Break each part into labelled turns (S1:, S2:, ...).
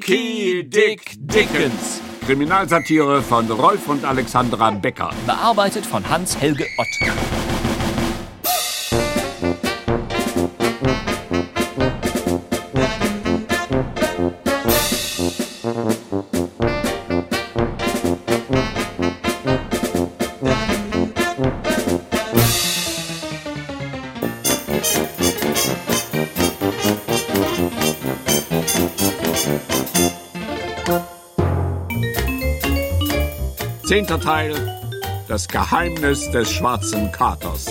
S1: Dicky Dick Dickens.
S2: Kriminalsatire von Rolf und Alexandra Becker.
S1: Bearbeitet von Hans-Helge Ott.
S2: Zehnter Teil. Das Geheimnis des schwarzen Katers.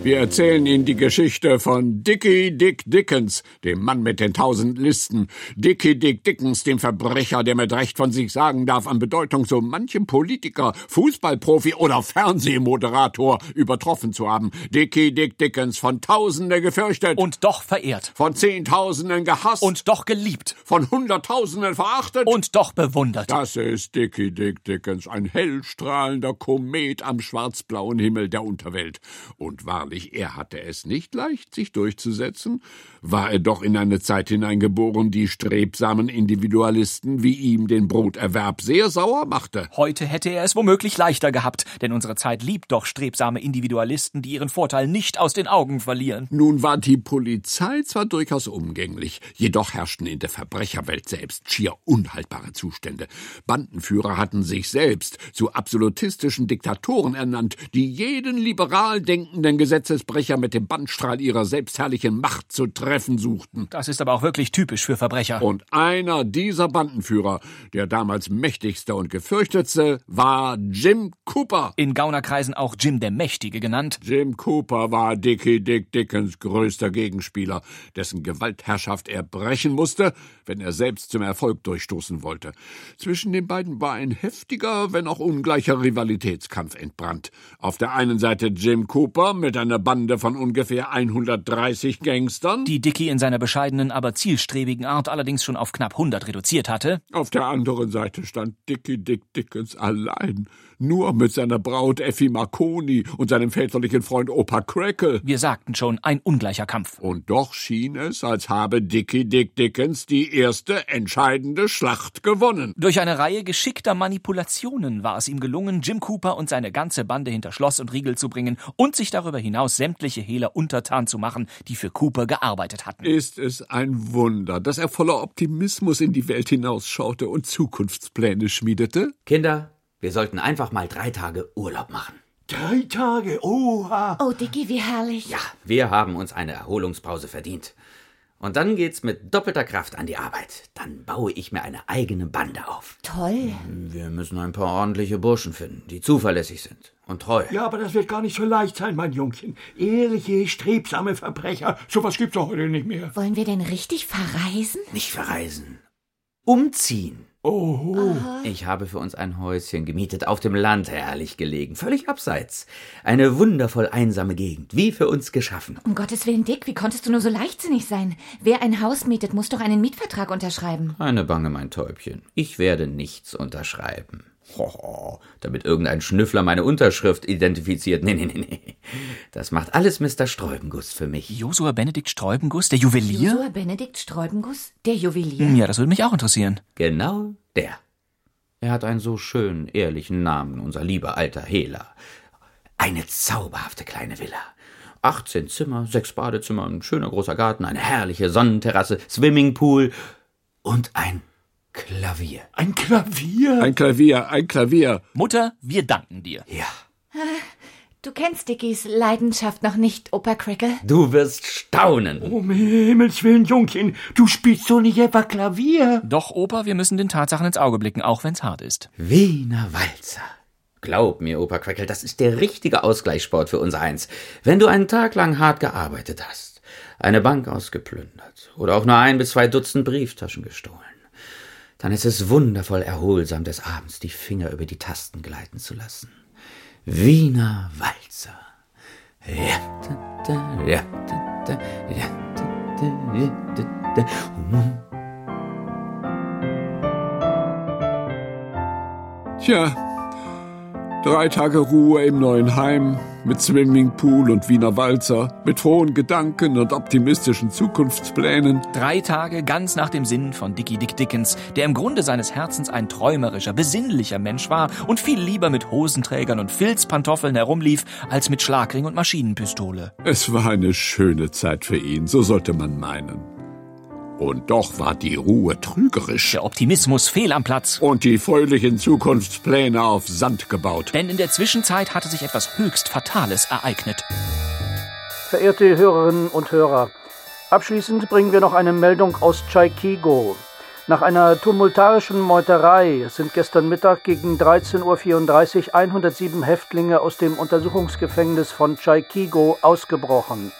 S2: Wir erzählen Ihnen die Geschichte von Dickie Dick Dickens, dem Mann mit den tausend Listen. Dickie Dick Dickens, dem Verbrecher, der mit Recht von sich sagen darf, an Bedeutung so manchem Politiker, Fußballprofi oder Fernsehmoderator übertroffen zu haben. Dickie Dick Dickens, von Tausenden gefürchtet,
S1: Und doch verehrt.
S2: von Zehntausenden gehasst,
S1: Und doch geliebt.
S2: von Hunderttausenden verachtet.
S1: Und doch bewundert.
S2: Das ist Dickie Dick Dickens, ein hellstrahlender Komet am schwarzblauen Himmel der Unterwelt. Und wahrlich, er hatte es nicht leicht, sich durchzusetzen. War er doch in eine Zeit hineingeboren, die strebsamen Individualisten wie ihm den Broterwerb sehr sauer machte.
S1: Heute hätte er es womöglich leichter gehabt, denn unsere Zeit liebt doch strebsame Individualisten, die ihren Vorteil nicht aus den Augen verlieren.
S2: Nun war die Polizei zwar durchaus umgänglich, jedoch herrschten in der Verbrecherwelt selbst schier unhaltbare Zustände. Bandenführer hatten sich selbst zu absolutistischen Diktatoren ernannt, die jeden liberal denkenden Gesetzesbrecher mit dem Bandstrahl ihrer selbstherrlichen Macht zu treffen suchten.
S1: Das ist aber auch wirklich typisch für Verbrecher.
S2: Und einer dieser Bandenführer, der damals mächtigste und gefürchtetste, war Jim Cooper.
S1: In Gaunerkreisen auch Jim der Mächtige genannt.
S2: Jim Cooper war Dickie Dick Dickens größter Gegenspieler, dessen Gewaltherrschaft er brechen musste, wenn er selbst zum Erfolg durchstoßen wollte. Zwischen den beiden war ein heftiger, wenn auch ungleicher Rivalitätskampf entbrannt. Auf der einen Seite Jim Cooper mit einer Bande von ungefähr 130 Gangstern,
S1: Die Dicky in seiner bescheidenen, aber zielstrebigen Art allerdings schon auf knapp 100 reduziert hatte.
S2: auf der anderen Seite stand Dickie Dick Dickens allein, nur mit seiner Braut Effie Marconi und seinem väterlichen Freund Opa Crackle.
S1: Wir sagten schon, ein ungleicher Kampf.
S2: Und doch schien es, als habe Dickie Dick Dickens die erste entscheidende Schlacht gewonnen.
S1: Durch eine Reihe geschickter Manipulationen war es ihm gelungen, Jim Cooper und seine ganze Bande hinter Schloss und Riegel zu bringen und sich darüber hinaus sämtliche Hehler untertan zu machen, die für Cooper gearbeitet hatten.
S2: Ist es ein Wunder, dass er voller Optimismus in die Welt hinausschaute und Zukunftspläne schmiedete?
S3: Kinder, wir sollten einfach mal drei Tage Urlaub machen.
S4: Drei Tage, oha.
S5: Oh, Dicky, wie herrlich.
S3: Ja, wir haben uns eine Erholungspause verdient. Und dann geht's mit doppelter Kraft an die Arbeit. Dann baue ich mir eine eigene Bande auf.
S5: Toll.
S3: Wir müssen ein paar ordentliche Burschen finden, die zuverlässig sind und treu.
S4: Ja, aber das wird gar nicht so leicht sein, mein Jungchen. Ehrliche, strebsame Verbrecher, sowas gibt's doch heute nicht mehr.
S5: Wollen wir denn richtig verreisen?
S3: Nicht verreisen. Umziehen.
S4: Oho.
S3: Ich habe für uns ein Häuschen gemietet, auf dem Land herrlich gelegen, völlig abseits. Eine wundervoll einsame Gegend, wie für uns geschaffen.
S5: Um Gottes Willen, Dick, wie konntest du nur so leichtsinnig sein? Wer ein Haus mietet, muss doch einen Mietvertrag unterschreiben.
S3: Keine Bange, mein Täubchen. Ich werde nichts unterschreiben. Hoho, damit irgendein Schnüffler meine Unterschrift identifiziert. Nee, nee, nee, nee. Das macht alles Mr. Sträubenguss für mich.
S1: Josua Benedikt Sträubenguss, der Juwelier?
S5: Josua Benedikt Sträubenguss, der Juwelier.
S1: Hm, Ja, das würde mich auch interessieren.
S3: Genau der. Er hat einen so schönen, ehrlichen Namen, unser lieber alter Hehler. Eine zauberhafte kleine Villa. 18 Zimmer, sechs Badezimmer, ein schöner großer Garten, eine herrliche Sonnenterrasse, Swimmingpool und ein Klavier.
S4: Ein Klavier.
S2: Ein Klavier, ein Klavier.
S1: Mutter, wir danken dir.
S3: Ja.
S5: Ah, Du kennst Dickys Leidenschaft noch nicht, Opa Crackle.
S3: Du wirst staunen.
S4: Um Himmels Willen, Jungchen, du spielst doch nicht etwa Klavier.
S1: Doch, Opa, wir müssen den Tatsachen ins Auge blicken, auch wenn's hart ist.
S3: Wiener Walzer. Glaub mir, Opa Queckel, das ist der richtige Ausgleichssport für uns eins. Wenn du einen Tag lang hart gearbeitet hast, eine Bank ausgeplündert oder auch nur ein bis zwei Dutzend Brieftaschen gestohlen, dann ist es wundervoll erholsam, des Abends die Finger über die Tasten gleiten zu lassen. Wiener Walzer. Ja, da, da, ja, da, da, ja, da, da, ja, da, da.
S2: Tja, drei Tage Ruhe im neuen Heim, mit Swimmingpool und Wiener Walzer, mit frohen Gedanken und optimistischen Zukunftsplänen.
S1: Drei Tage ganz nach dem Sinn von Dicky Dick Dickens, der im Grunde seines Herzens ein träumerischer, besinnlicher Mensch war und viel lieber mit Hosenträgern und Filzpantoffeln herumlief, als mit Schlagring und Maschinenpistole.
S2: Es war eine schöne Zeit für ihn, so sollte man meinen. Und doch war die Ruhe trügerisch
S1: Der Optimismus fehl am Platz.
S2: und die fröhlichen Zukunftspläne auf Sand gebaut.
S1: Denn in der Zwischenzeit hatte sich etwas höchst Fatales ereignet.
S6: Verehrte Hörerinnen und Hörer, abschließend bringen wir noch eine Meldung aus Chaikigo. Nach einer tumultarischen Meuterei sind gestern Mittag gegen 13.34 Uhr 107 Häftlinge aus dem Untersuchungsgefängnis von Chaikigo ausgebrochen.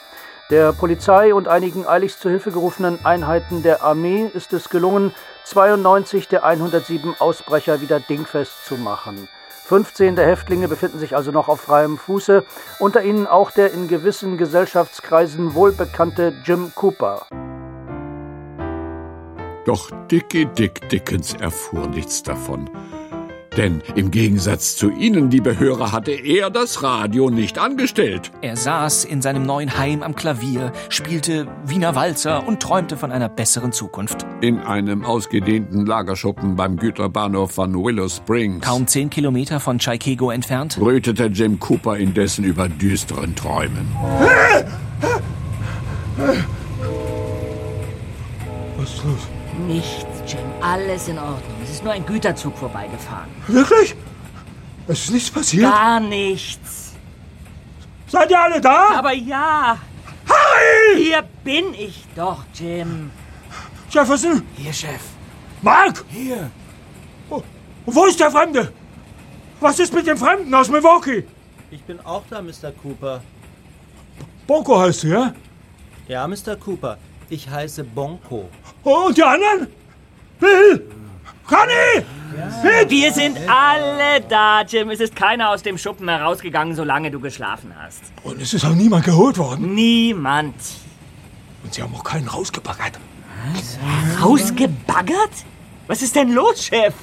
S6: Der Polizei und einigen eiligst zu Hilfe gerufenen Einheiten der Armee ist es gelungen, 92 der 107 Ausbrecher wieder dingfest zu machen. 15 der Häftlinge befinden sich also noch auf freiem Fuße, unter ihnen auch der in gewissen Gesellschaftskreisen wohlbekannte Jim Cooper.
S2: Doch Dicky Dick Dickens erfuhr nichts davon. Denn im Gegensatz zu Ihnen, liebe Hörer, hatte er das Radio nicht angestellt.
S1: Er saß in seinem neuen Heim am Klavier, spielte Wiener Walzer und träumte von einer besseren Zukunft.
S2: In einem ausgedehnten Lagerschuppen beim Güterbahnhof von Willow Springs
S1: Kaum zehn Kilometer von Chaikego entfernt
S2: brütete Jim Cooper indessen über düsteren Träumen.
S4: Was ist los?
S7: Nichts, Jim. Alles in Ordnung. Es ist nur ein Güterzug vorbeigefahren.
S4: Wirklich? Es ist nichts passiert?
S7: Gar nichts.
S4: Seid ihr alle da?
S7: Aber ja. Harry! Hier bin ich doch, Jim.
S4: Jefferson?
S7: Hier, Chef.
S4: Mark?
S7: Hier.
S4: Oh, und wo ist der Fremde? Was ist mit dem Fremden aus Milwaukee?
S8: Ich bin auch da, Mr. Cooper.
S4: Bonko heißt er, ja?
S8: Ja, Mr. Cooper. Ich heiße Bonko.
S4: Oh, und die anderen? Bill? Conny?
S7: Wir sind alle da, Jim. Es ist keiner aus dem Schuppen herausgegangen, solange du geschlafen hast.
S4: Und es ist auch niemand geholt worden.
S7: Niemand.
S4: Und sie haben auch keinen rausgebaggert.
S7: Rausgebaggert? Was ist denn los, Chef?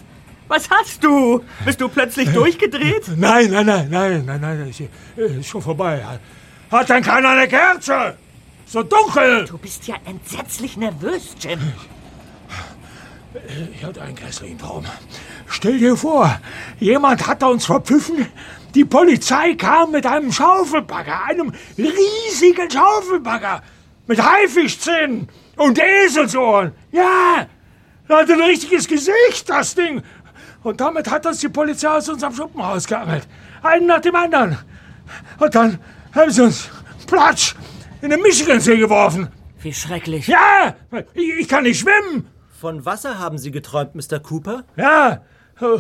S7: Was hast du? Bist du plötzlich durchgedreht?
S4: Äh, Nein, nein, nein, nein, nein, nein, ist, äh, ist schon vorbei. Hat denn keiner eine Kerze? So dunkel!
S7: Du bist ja entsetzlich nervös, Jim.
S4: Ich hatte einen grässlichen Traum. Stell dir vor, jemand hatte uns verpfiffen. Die Polizei kam mit einem Schaufelbagger, einem riesigen Schaufelbagger. Mit Haifischzähnen und Eselsohren. Ja, er hatte ein richtiges Gesicht, das Ding. Und damit hat uns die Polizei aus unserem Schuppen rausgeangelt. Einen nach dem anderen. Und dann haben sie uns, platsch, in den Michigansee geworfen.
S7: Wie schrecklich.
S4: Ja, ich, ich kann nicht schwimmen.
S8: Von Wasser haben Sie geträumt, Mr. Cooper?
S4: Ja, äh,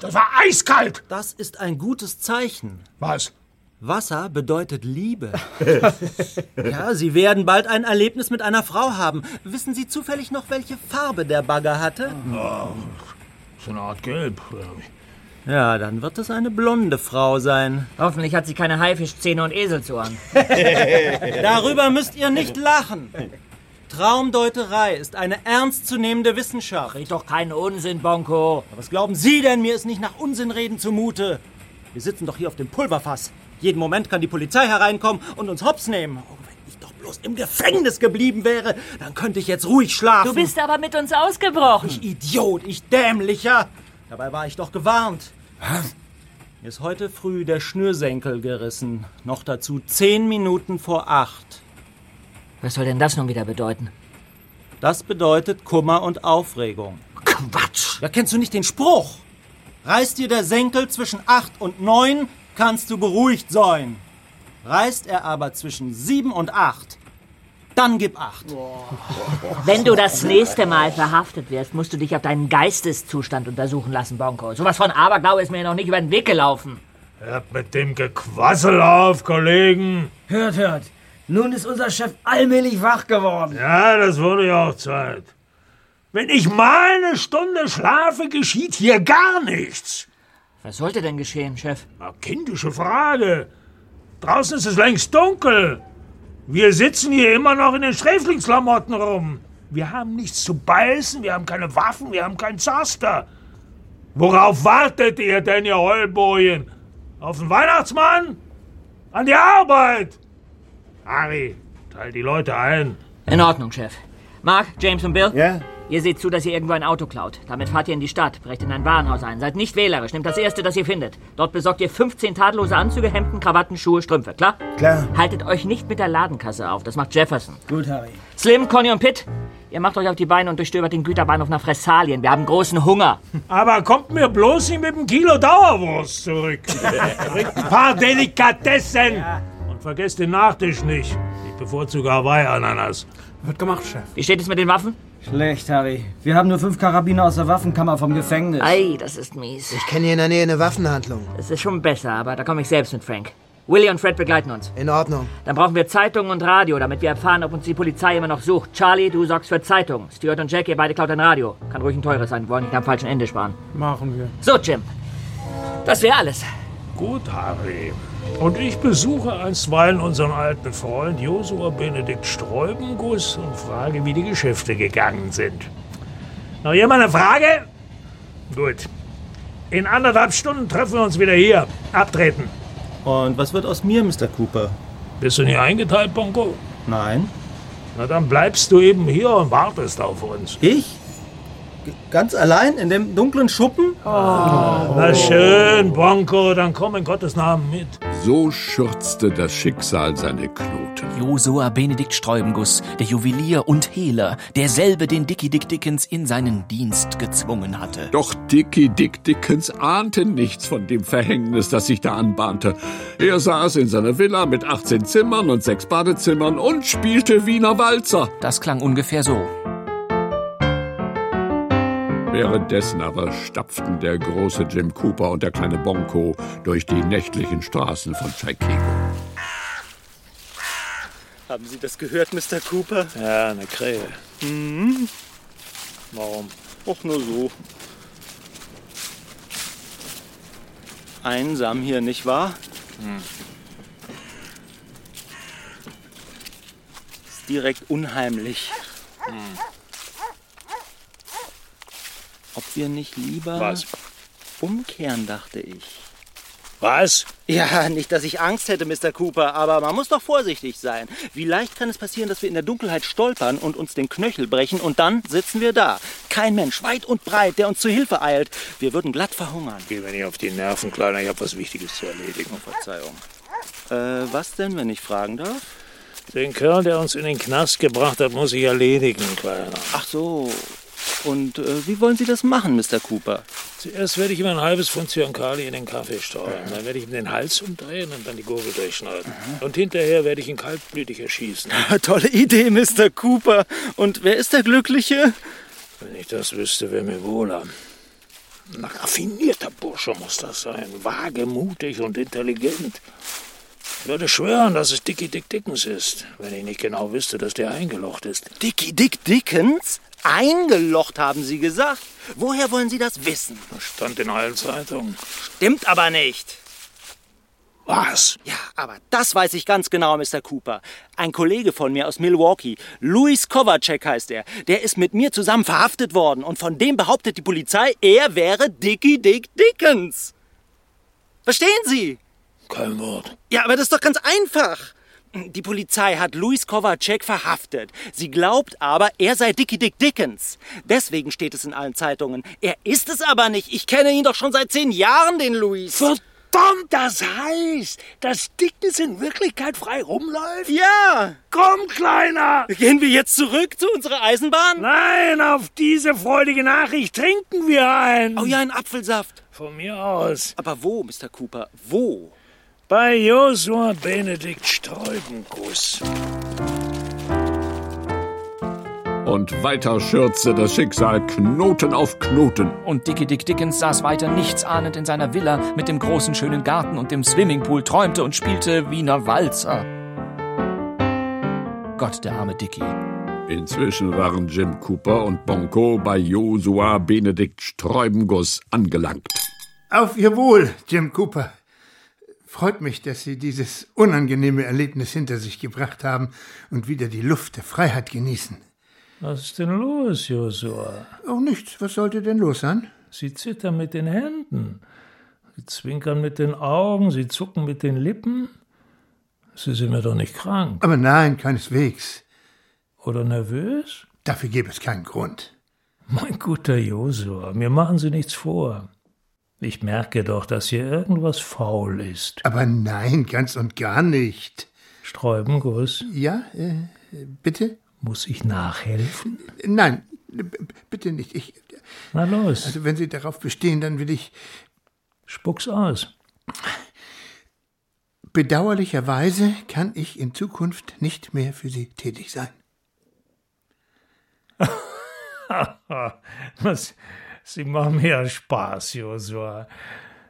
S4: das war eiskalt.
S8: Das ist ein gutes Zeichen.
S4: Was?
S8: Wasser bedeutet Liebe. ja, Sie werden bald ein Erlebnis mit einer Frau haben. Wissen Sie zufällig noch, welche Farbe der Bagger hatte?
S4: Oh, So eine Art Gelb, glaube ich.
S8: Ja, dann wird es eine blonde Frau sein.
S7: Hoffentlich hat sie keine Haifischzähne und Eselsohren.
S8: Darüber müsst ihr nicht lachen. Traumdeuterei ist eine ernstzunehmende Wissenschaft.
S7: Red doch keinen Unsinn, Bonko.
S8: Was glauben Sie denn? Mir ist nicht nach Unsinnreden zumute. Wir sitzen doch hier auf dem Pulverfass. Jeden Moment kann die Polizei hereinkommen und uns hops nehmen. Oh, wenn ich doch bloß im Gefängnis geblieben wäre, dann könnte ich jetzt ruhig schlafen.
S7: Du bist aber mit uns ausgebrochen.
S8: Ich Idiot, ich Dämlicher. Dabei war ich doch gewarnt. Mir ist heute früh der Schnürsenkel gerissen. Noch dazu zehn Minuten vor acht.
S7: Was soll denn das nun wieder bedeuten?
S8: Das bedeutet Kummer und Aufregung.
S7: Quatsch.
S8: Ja, kennst du nicht den Spruch? Reißt dir der Senkel zwischen 8 und 9, kannst du beruhigt sein. Reißt er aber zwischen 7 und 8, dann gib 8.
S7: Wenn du das nächste Mal verhaftet wirst, musst du dich auf deinen Geisteszustand untersuchen lassen, Bonko. Sowas von Aberglaube ist mir noch nicht über den Weg gelaufen.
S4: Hört mit dem Gequassel auf, Kollegen.
S9: Hört, hört. Nun ist unser Chef allmählich wach geworden.
S4: Ja, das wurde ja auch Zeit. Wenn ich mal eine Stunde schlafe, geschieht hier gar nichts.
S7: Was sollte denn geschehen, Chef?
S4: Na, kindische Frage. Draußen ist es längst dunkel. Wir sitzen hier immer noch in den Sträflingsklamotten rum. Wir haben nichts zu beißen, wir haben keine Waffen, wir haben kein Zaster. Worauf wartet ihr denn, ihr Heulbojen? Auf den Weihnachtsmann?
S10: An die Arbeit! Harry, teil die Leute ein.
S7: In Ordnung, Chef. Mark, James und Bill?
S11: Ja?
S7: Ihr seht zu, dass ihr irgendwo ein Auto klaut. Damit fahrt ihr in die Stadt, brecht in ein Warenhaus ein. Seid nicht wählerisch, nehmt das Erste, das ihr findet. Dort besorgt ihr 15 tadellose Anzüge, Hemden, Krawatten, Schuhe, Strümpfe, klar?
S11: Klar.
S7: Haltet euch nicht mit der Ladenkasse auf, das macht Jefferson.
S4: Gut, Harry.
S7: Slim, Conny und Pitt, ihr macht euch auf die Beine und durchstöbert den Güterbahnhof nach Fressalien. Wir haben großen Hunger.
S10: Aber kommt mir bloß nicht mit dem Kilo Dauerwurst zurück. Bringt ein paar Delikatessen. Und vergesst den Nachtisch nicht. Ich bevorzuge Hawaii-Ananas.
S11: Wird gemacht, Chef.
S7: Wie steht es mit den Waffen?
S4: Schlecht, Harry. Wir haben nur fünf Karabiner aus der Waffenkammer vom Gefängnis.
S7: Ei, das ist mies.
S11: Ich kenne hier in der Nähe eine Waffenhandlung.
S7: Das ist schon besser, aber da komme ich selbst mit Frank. Willie und Fred begleiten uns.
S11: In Ordnung.
S7: Dann brauchen wir Zeitungen und Radio, damit wir erfahren, ob uns die Polizei immer noch sucht. Charlie, du sorgst für Zeitungen. Stuart und Jack, ihr beide klaut ein Radio. Kann ruhig ein teures sein, wir wollen nicht am falschen Ende sparen.
S11: Machen wir.
S7: So, Jim. Das wäre alles.
S10: Gut, Harry. Und ich besuche einstweilen unseren alten Freund Josua Benedikt Sträubenguss und frage, wie die Geschäfte gegangen sind. Noch jemand eine Frage? Gut. In anderthalb Stunden treffen wir uns wieder hier. Abtreten.
S8: Und was wird aus mir, Mr. Cooper?
S10: Bist du nicht eingeteilt, Bonko?
S8: Nein.
S10: Na, dann bleibst du eben hier und wartest auf uns.
S8: Ich? G- Ganz allein in dem dunklen Schuppen?
S10: Ah. Na schön, Bonko, dann komm in Gottes Namen mit.
S2: So schürzte das Schicksal seine Knoten.
S1: Josua Benedikt Sträubenguss, der Juwelier und Hehler, derselbe, den Dicky Dick Dickens in seinen Dienst gezwungen hatte.
S2: Doch Dicky Dick Dickens ahnte nichts von dem Verhängnis, das sich da anbahnte. Er saß in seiner Villa mit 18 Zimmern und sechs Badezimmern und spielte Wiener Walzer.
S1: Das klang ungefähr so.
S2: Währenddessen aber stapften der große Jim Cooper und der kleine Bonko durch die nächtlichen Straßen von Chicago.
S8: Haben Sie das gehört, Mr. Cooper?
S10: Ja, eine Krähe.
S8: Warum? Auch nur so. Einsam hier, nicht wahr? Ist direkt unheimlich. Ob wir nicht lieber
S10: Was?
S8: umkehren, dachte ich.
S10: Was?
S8: Ja, nicht, dass ich Angst hätte, Mr. Cooper, aber man muss doch vorsichtig sein. Wie leicht kann es passieren, dass wir in der Dunkelheit stolpern und uns den Knöchel brechen und dann sitzen wir da. Kein Mensch, weit und breit, der uns zu Hilfe eilt. Wir würden glatt verhungern.
S10: Geh mir nicht auf die Nerven, Kleiner. Ich hab was Wichtiges zu erledigen.
S8: Verzeihung. Äh, was denn, wenn ich fragen darf?
S10: Den Kerl, der uns in den Knast gebracht hat, muss ich erledigen, Kleiner.
S8: Ach so. Und äh, wie wollen Sie das machen, Mr. Cooper?
S10: Zuerst werde ich ihm ein halbes Pfund Zyankali in den Kaffee streuen. Dann werde ich ihm den Hals umdrehen und dann die Gurgel durchschneiden.
S8: Mhm.
S10: Und hinterher werde ich ihn kaltblütig erschießen.
S8: Tolle Idee, Mr. Cooper. Und wer ist der Glückliche?
S10: Wenn ich das wüsste, wäre mir wohler. Ein raffinierter Bursche muss das sein. Wagemutig und intelligent. Ich würde schwören, dass es Dicky Dick Dickens ist, wenn ich nicht genau wüsste, dass der eingelocht ist.
S8: Dicky Dick Dickens? Eingelocht, haben Sie gesagt. Woher wollen Sie das wissen?
S10: Das stand in allen Zeitungen.
S8: Stimmt aber nicht.
S10: Was?
S8: Ja, aber das weiß ich ganz genau, Mr. Cooper. Ein Kollege von mir aus Milwaukee, Louis Kovacek heißt er, der ist mit mir zusammen verhaftet worden und von dem behauptet die Polizei, er wäre Dicky Dick Dickens. Verstehen Sie?
S10: Kein Wort.
S8: Ja, aber das ist doch ganz einfach. Die Polizei hat Louis Kovacek verhaftet. Sie glaubt aber, er sei Dicky Dick Dickens. Deswegen steht es in allen Zeitungen. Er ist es aber nicht. Ich kenne ihn doch schon seit zehn Jahren, den Louis.
S10: Verdammt, das heißt, dass Dickens in Wirklichkeit frei rumläuft?
S8: Ja,
S10: Komm, Kleiner!
S8: gehen wir jetzt zurück zu unserer Eisenbahn?
S10: Nein, auf diese freudige Nachricht trinken wir ein.
S8: Oh ja, ein Apfelsaft.
S10: Von mir aus.
S8: Aber wo, Mr. Cooper? Wo?
S10: Bei Josua Benedikt Sträubenguss.
S2: Und weiter schürzte das Schicksal Knoten auf Knoten.
S1: Und Dicky Dick Dickens saß weiter nichtsahnend in seiner Villa mit dem großen schönen Garten und dem Swimmingpool, träumte und spielte Wiener Walzer. Gott, der arme Dicky.
S2: Inzwischen waren Jim Cooper und Bonko bei Josua Benedikt Sträubenguss angelangt.
S12: Auf Ihr Wohl, Jim Cooper. Freut mich, dass Sie dieses unangenehme Erlebnis hinter sich gebracht haben und wieder die Luft der Freiheit genießen.
S10: Was ist denn los, Josua?
S12: Oh, nichts. Was sollte denn los sein?
S10: Sie zittern mit den Händen. Sie zwinkern mit den Augen, sie zucken mit den Lippen. Sie sind ja doch nicht krank.
S12: Aber nein, keineswegs.
S10: Oder nervös?
S12: Dafür gäbe es keinen Grund.
S10: Mein guter Josua, mir machen Sie nichts vor. Ich merke doch, dass hier irgendwas faul ist.
S12: Aber nein, ganz und gar nicht.
S10: Sträubenguss.
S12: Ja, äh, bitte?
S10: Muss ich nachhelfen?
S12: Nein, b- bitte nicht. Ich,
S10: Na los,
S12: also wenn Sie darauf bestehen, dann will ich
S10: spuck's aus.
S12: bedauerlicherweise kann ich in Zukunft nicht mehr für Sie tätig sein.
S10: Was, Sie machen mir ja Spaß, Josua.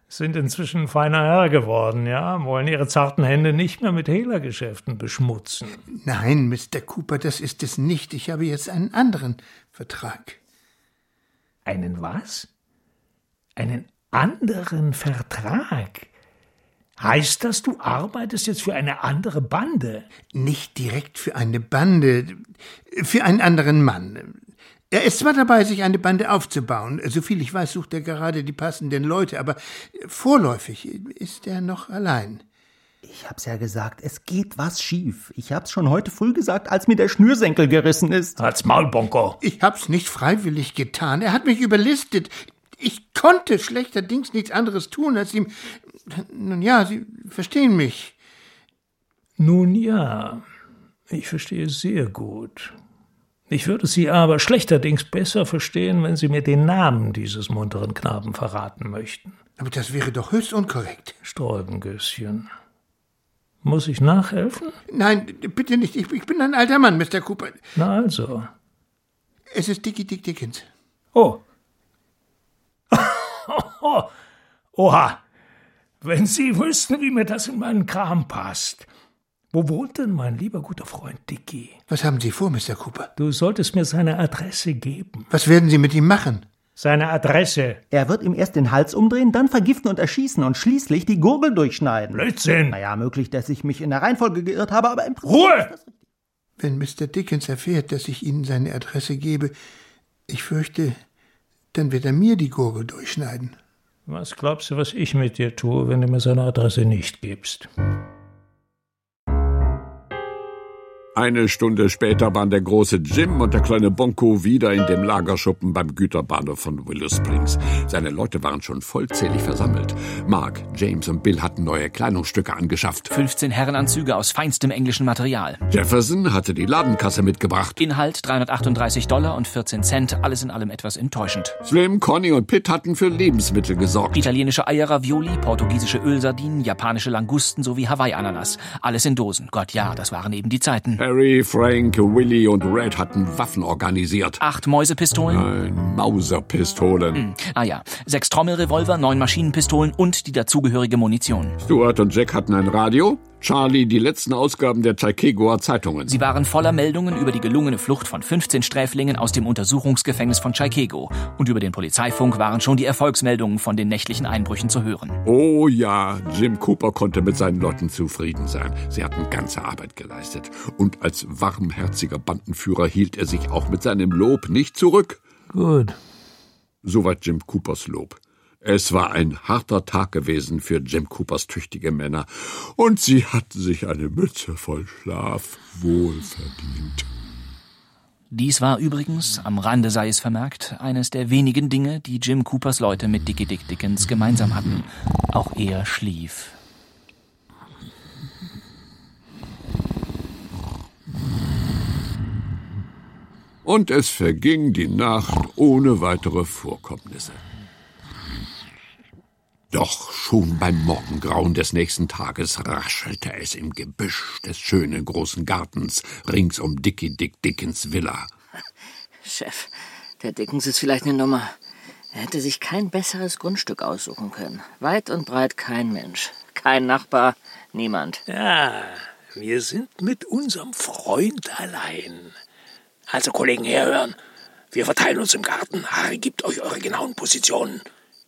S10: Sind inzwischen ein feiner Herr geworden, ja? Wollen Ihre zarten Hände nicht mehr mit Hehlergeschäften beschmutzen.
S12: Nein, Mr. Cooper, das ist es nicht. Ich habe jetzt einen anderen Vertrag.
S10: Einen was? Einen anderen Vertrag? Heißt das, du arbeitest jetzt für eine andere Bande?
S12: Nicht direkt für eine Bande, für einen anderen Mann. Er ist zwar dabei, sich eine Bande aufzubauen. Soviel ich weiß, sucht er gerade die passenden Leute, aber vorläufig ist er noch allein.
S13: Ich hab's ja gesagt, es geht was schief. Ich hab's schon heute früh gesagt, als mir der Schnürsenkel gerissen ist.
S10: Als Maulbonko.
S12: Ich hab's nicht freiwillig getan. Er hat mich überlistet. Ich konnte schlechterdings nichts anderes tun, als ihm. Nun ja, Sie verstehen mich.
S10: Nun ja, ich verstehe sehr gut. Ich würde Sie aber schlechterdings besser verstehen, wenn Sie mir den Namen dieses munteren Knaben verraten möchten.
S12: Aber das wäre doch höchst unkorrekt.
S10: Sträubengüsschen. Muss ich nachhelfen?
S12: Nein, bitte nicht. Ich, ich bin ein alter Mann, Mr. Cooper.
S10: Na also.
S12: Es ist Dicky Dick Dickens.
S10: Oh. Oha. Wenn Sie wüssten, wie mir das in meinen Kram passt. Wo wohnt denn mein lieber guter Freund Dicky?
S12: Was haben Sie vor, Mr. Cooper?
S10: Du solltest mir seine Adresse geben.
S12: Was werden Sie mit ihm machen?
S10: Seine Adresse.
S13: Er wird ihm erst den Hals umdrehen, dann vergiften und erschießen und schließlich die Gurgel durchschneiden.
S10: Blödsinn.
S13: Naja, möglich, dass ich mich in der Reihenfolge geirrt habe, aber im Prinzip.
S10: Ruhe!
S12: Wenn Mr. Dickens erfährt, dass ich Ihnen seine Adresse gebe, ich fürchte, dann wird er mir die Gurgel durchschneiden.
S10: Was glaubst du, was ich mit dir tue, wenn du mir seine Adresse nicht gibst?
S2: Eine Stunde später waren der große Jim und der kleine Bonko wieder in dem Lagerschuppen beim Güterbahnhof von Willow Springs. Seine Leute waren schon vollzählig versammelt. Mark, James und Bill hatten neue Kleidungsstücke angeschafft.
S1: 15 Herrenanzüge aus feinstem englischen Material.
S2: Jefferson hatte die Ladenkasse mitgebracht.
S1: Inhalt 338 Dollar und 14 Cent, alles in allem etwas enttäuschend.
S2: Slim, Conny und Pitt hatten für Lebensmittel gesorgt.
S1: Italienische Eier, Ravioli, portugiesische Ölsardinen, japanische Langusten sowie Hawaii-Ananas. Alles in Dosen. Gott ja, das waren eben die Zeiten.
S2: Harry, Frank, Willy und Red hatten Äh, Waffen organisiert.
S1: Acht Mäusepistolen.
S2: Nein, Mauserpistolen.
S1: Ah ja, sechs Trommelrevolver, neun Maschinenpistolen und die dazugehörige Munition.
S2: Stuart und Jack hatten ein Radio. Charlie die letzten Ausgaben der Chaikegoer Zeitungen.
S1: Sie waren voller Meldungen über die gelungene Flucht von 15 Sträflingen aus dem Untersuchungsgefängnis von Chaikego. Und über den Polizeifunk waren schon die Erfolgsmeldungen von den nächtlichen Einbrüchen zu hören.
S2: Oh ja, Jim Cooper konnte mit seinen Leuten zufrieden sein. Sie hatten ganze Arbeit geleistet. Und als warmherziger Bandenführer hielt er sich auch mit seinem Lob nicht zurück.
S10: Gut.
S2: Soweit Jim Coopers Lob. Es war ein harter Tag gewesen für Jim Coopers tüchtige Männer, und sie hatten sich eine Mütze voll Schlaf wohlverdient.
S1: Dies war übrigens, am Rande sei es vermerkt, eines der wenigen Dinge, die Jim Coopers Leute mit Dickie Dick Dickens gemeinsam hatten. Auch er schlief.
S2: Und es verging die Nacht ohne weitere Vorkommnisse. Doch schon beim Morgengrauen des nächsten Tages raschelte es im Gebüsch des schönen großen Gartens rings um Dicky Dick Dickens Villa.
S14: Chef, der Dickens ist vielleicht eine Nummer. Er hätte sich kein besseres Grundstück aussuchen können. Weit und breit kein Mensch, kein Nachbar, niemand.
S10: Ja, wir sind mit unserem Freund allein. Also, Kollegen, herhören. Wir verteilen uns im Garten. Harry gibt euch eure genauen Positionen.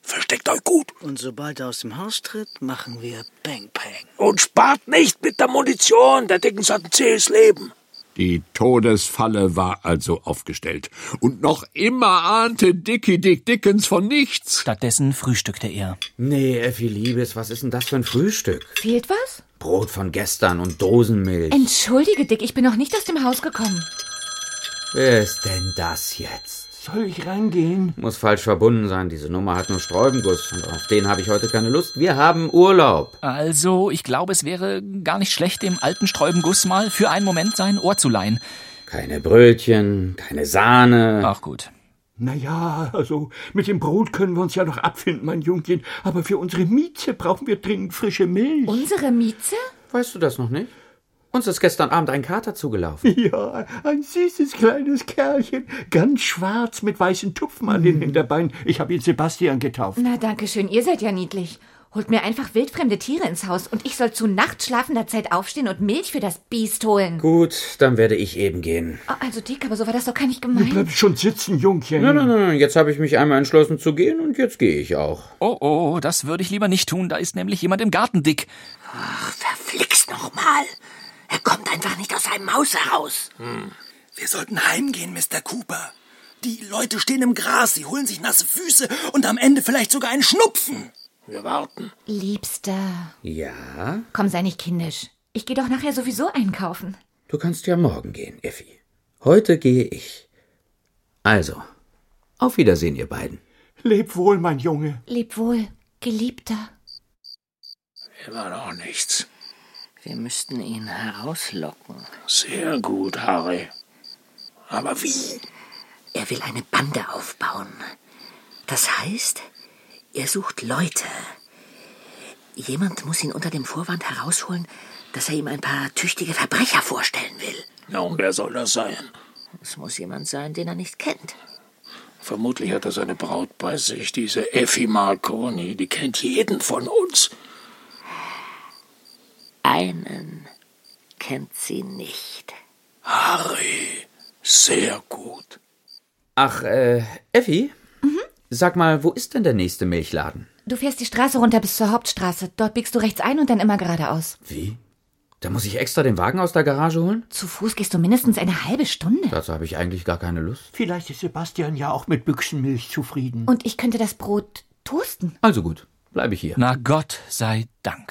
S10: Versteckt euch gut
S14: Und sobald er aus dem Haus tritt, machen wir Bang Bang.
S10: und spart nicht mit der Munition. Der Dickens hat ein zähes Leben.
S2: Die Todesfalle war also aufgestellt. Und noch immer ahnte Dicky Dick Dickens von nichts.
S1: Stattdessen frühstückte er.
S3: Nee, Effi Liebes, was ist denn das für ein Frühstück?
S5: Fehlt was?
S3: Brot von gestern und Dosenmilch.
S5: Entschuldige, Dick, ich bin noch nicht aus dem Haus gekommen.
S3: Wer ist denn das jetzt?
S15: Soll ich reingehen?
S3: Muss falsch verbunden sein. Diese Nummer hat nur Sträubenguss und auf den habe ich heute keine Lust. Wir haben Urlaub.
S1: Also, ich glaube, es wäre gar nicht schlecht, dem alten Sträubenguss mal für einen Moment sein Ohr zu leihen.
S3: Keine Brötchen, keine Sahne.
S1: Ach gut.
S15: Naja, also mit dem Brot können wir uns ja noch abfinden, mein Jungchen. Aber für unsere Mieze brauchen wir dringend frische Milch.
S5: Unsere Mieze?
S3: Weißt du das noch nicht? Uns ist gestern Abend ein Kater zugelaufen.
S15: Ja, ein süßes kleines Kerlchen, ganz schwarz mit weißen Tupfen an
S3: Hm.
S15: den Hinterbeinen. Ich habe ihn Sebastian getauft.
S5: Na, danke schön, ihr seid ja niedlich. Holt mir einfach wildfremde Tiere ins Haus und ich soll zu nachtschlafender Zeit aufstehen und Milch für das Biest holen.
S3: Gut, dann werde ich eben gehen.
S5: Oh, also, Dick, aber so war das doch gar nicht gemeint.
S15: Bleib schon sitzen, Jungchen.
S3: Nein, nein, nein, jetzt habe ich mich einmal entschlossen zu gehen und jetzt gehe ich auch.
S1: Oh, oh, das würde ich lieber nicht tun. Da ist nämlich jemand im Garten, Dick.
S14: Ach, verflixt nochmal. Er kommt einfach nicht aus seinem Haus heraus.
S8: Hm. Wir sollten heimgehen, Mr. Cooper. Die Leute stehen im Gras, sie holen sich nasse Füße und am Ende vielleicht sogar einen Schnupfen. Wir warten.
S5: Liebster,
S3: Ja?
S5: komm, sei nicht kindisch. Ich gehe doch nachher sowieso einkaufen.
S3: Du kannst ja morgen gehen, Effi. Heute gehe ich. Also, auf Wiedersehen, ihr beiden.
S15: Leb wohl, mein Junge.
S5: Leb wohl, Geliebter.
S14: Immer noch nichts. Wir müssten ihn herauslocken.
S15: Sehr gut, Harry.
S14: Aber wie? Er will eine Bande aufbauen. Das heißt, er sucht Leute. Jemand muss ihn unter dem Vorwand herausholen, dass er ihm ein paar tüchtige Verbrecher vorstellen will.
S15: Ja, und wer soll das sein?
S14: Es muss jemand sein, den er nicht kennt.
S15: Vermutlich hat er seine Braut bei sich, diese Effi Marconi. Die kennt jeden von uns.
S14: Einen kennt sie nicht.
S15: Harry, sehr gut.
S3: Ach, äh, Effi?
S15: Mhm.
S3: Sag mal, wo ist denn der nächste Milchladen?
S5: Du fährst die Straße runter bis zur Hauptstraße. Dort biegst du rechts ein und dann immer geradeaus.
S3: Wie? Da muss ich extra den Wagen aus der Garage holen?
S5: Zu Fuß gehst du mindestens eine halbe Stunde.
S3: Dazu habe ich eigentlich gar keine Lust.
S15: Vielleicht ist Sebastian ja auch mit Büchsenmilch zufrieden.
S5: Und ich könnte das Brot toasten.
S3: Also gut, bleibe ich hier.
S1: Na Gott sei Dank.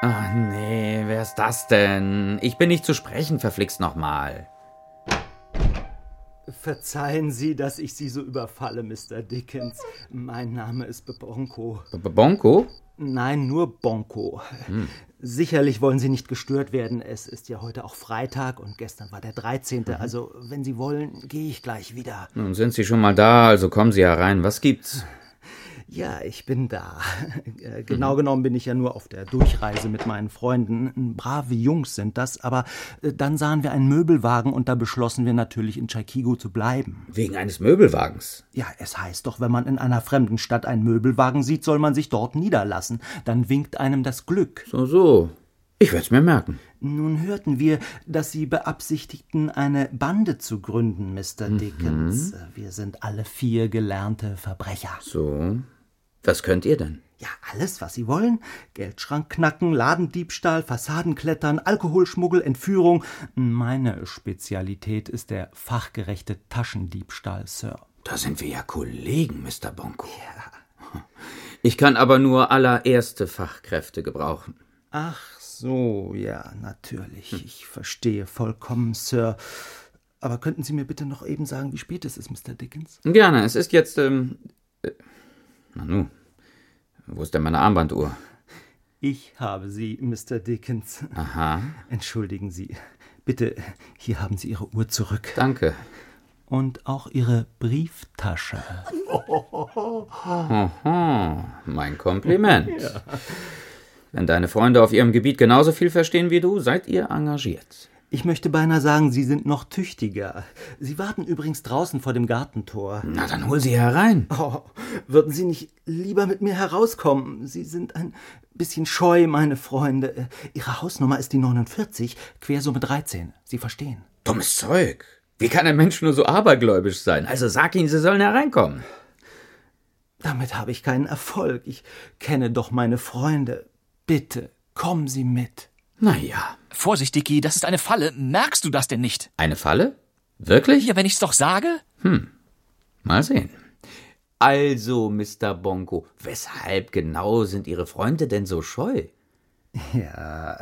S3: Ach nee, wer ist das denn? Ich bin nicht zu sprechen, verflixt nochmal.
S8: Verzeihen Sie, dass ich Sie so überfalle, Mr. Dickens. Mein Name ist Bebonko.
S3: Bonko?
S8: Nein, nur Bonko.
S3: Hm.
S8: Sicherlich wollen Sie nicht gestört werden. Es ist ja heute auch Freitag und gestern war der 13.
S3: Mhm.
S8: Also, wenn Sie wollen, gehe ich gleich wieder.
S3: Nun sind Sie schon mal da, also kommen Sie herein. Was gibt's?
S8: Ja, ich bin da. Äh, Genau genommen bin ich ja nur auf der Durchreise mit meinen Freunden. Brave Jungs sind das, aber äh, dann sahen wir einen Möbelwagen und da beschlossen wir natürlich in Chaikigo zu bleiben.
S3: Wegen eines Möbelwagens?
S8: Ja, es heißt doch, wenn man in einer fremden Stadt einen Möbelwagen sieht, soll man sich dort niederlassen. Dann winkt einem das Glück.
S3: So, so. Ich werd's mir merken.
S8: Nun hörten wir, dass Sie beabsichtigten, eine Bande zu gründen, Mr.
S3: Mhm.
S8: Dickens. Äh, Wir sind alle vier gelernte Verbrecher.
S3: So. Was könnt ihr denn?
S8: Ja, alles, was Sie wollen. Geldschrank knacken, Ladendiebstahl, Fassadenklettern, Alkoholschmuggel, Entführung. Meine Spezialität ist der fachgerechte Taschendiebstahl, Sir.
S3: Da sind wir ja Kollegen, Mr. Bonko. Ja. Ich kann aber nur allererste Fachkräfte gebrauchen.
S8: Ach so, ja, natürlich. Ich verstehe vollkommen, Sir. Aber könnten Sie mir bitte noch eben sagen, wie spät es ist, Mr. Dickens?
S3: Gerne, es ist jetzt, ähm, äh, Nanu, wo ist denn meine Armbanduhr?
S8: Ich habe Sie, Mr. Dickens.
S3: Aha.
S8: Entschuldigen Sie. Bitte, hier haben Sie Ihre Uhr zurück.
S3: Danke.
S8: Und auch Ihre Brieftasche.
S3: Hm. Aha, Mhm, mein Kompliment. Wenn deine Freunde auf ihrem Gebiet genauso viel verstehen wie du, seid ihr engagiert.
S8: Ich möchte beinahe sagen, Sie sind noch tüchtiger. Sie warten übrigens draußen vor dem Gartentor.
S3: Na, dann hol sie herein.
S8: Oh, würden Sie nicht lieber mit mir herauskommen? Sie sind ein bisschen scheu, meine Freunde. Äh, Ihre Hausnummer ist die 49, Quersumme 13. Sie verstehen.
S3: Dummes Zeug. Wie kann ein Mensch nur so abergläubisch sein? Also sag ihnen, sie sollen hereinkommen.
S8: Damit habe ich keinen Erfolg. Ich kenne doch meine Freunde. Bitte, kommen Sie mit.
S3: Naja.
S1: Vorsicht, Dicky, das ist eine Falle. Merkst du das denn nicht?
S3: Eine Falle? Wirklich?
S1: Ja, wenn ich's doch sage?
S3: Hm. Mal sehen. Also, Mr. Bonko, weshalb genau sind Ihre Freunde denn so scheu?
S13: Ja,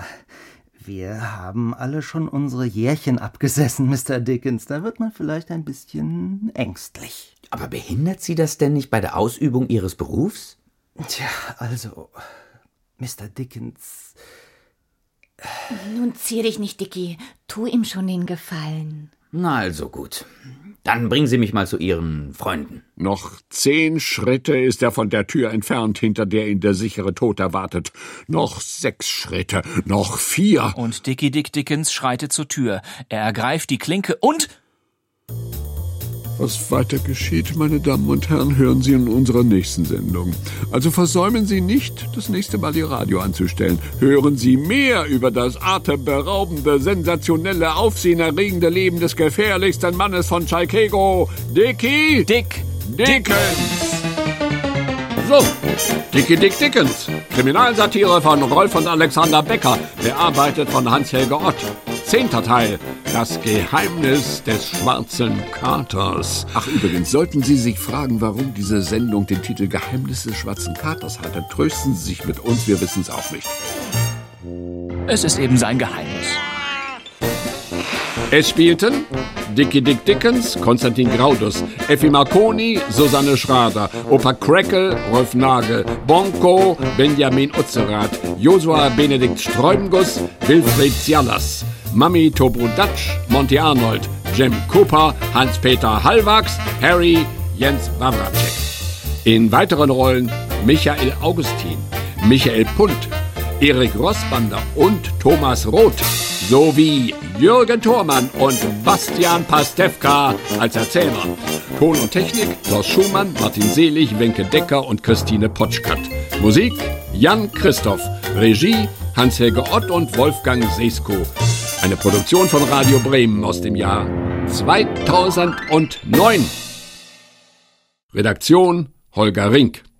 S13: wir haben alle schon unsere Jährchen abgesessen, Mr. Dickens. Da wird man vielleicht ein bisschen ängstlich.
S3: Aber behindert Sie das denn nicht bei der Ausübung Ihres Berufs?
S13: Tja, also, Mr. Dickens.
S5: Nun zier dich nicht, Dicky. Tu ihm schon den Gefallen.
S3: Na also gut. Dann bringen Sie mich mal zu Ihren Freunden.
S2: Noch zehn Schritte ist er von der Tür entfernt, hinter der ihn der sichere Tod erwartet. Noch sechs Schritte, noch vier.
S1: Und Dicky Dick Dickens schreitet zur Tür. Er ergreift die Klinke und
S2: Was weiter geschieht, meine Damen und Herren, hören Sie in unserer nächsten Sendung. Also versäumen Sie nicht, das nächste Mal Ihr Radio anzustellen. Hören Sie mehr über das atemberaubende, sensationelle, aufsehenerregende Leben des gefährlichsten Mannes von Chicago, Dicky
S1: Dick
S2: Dickens. So, Dicky Dick Dickens, Kriminalsatire von Rolf und Alexander Becker, bearbeitet von Hans-Helge Ott. Zehnter Teil, das Geheimnis des schwarzen Katers. Ach übrigens, sollten Sie sich fragen, warum diese Sendung den Titel Geheimnis des schwarzen Katers hat, dann trösten Sie sich mit uns, wir wissen es auch nicht.
S1: es ist eben sein Geheimnis.
S2: Es spielten Dicky Dick Dickens, Konstantin Graudus, Effi Marconi, Susanne Schrader, Opa Crackle, Rolf Nagel, Bonko, Benjamin Utzerath, Josua Benedikt Streubenguss, Wilfried Zialas, Mami Tobrudatsch, Monty Arnold, Jim Cooper, Hans-Peter Hallwachs, Harry, Jens Wawracek. In weiteren Rollen Michael Augustin, Michael Punt, Erik Rossbander und Thomas Roth sowie Jürgen Thormann und Bastian Pastewka als Erzähler. Ton und Technik Klaus Schumann, Martin Selig, Wenke Decker und Christine Potschkat. Musik Jan Christoph. Regie Hans-Helge Ott und Wolfgang Sesko. Eine Produktion von Radio Bremen aus dem Jahr 2009. Redaktion Holger Rink.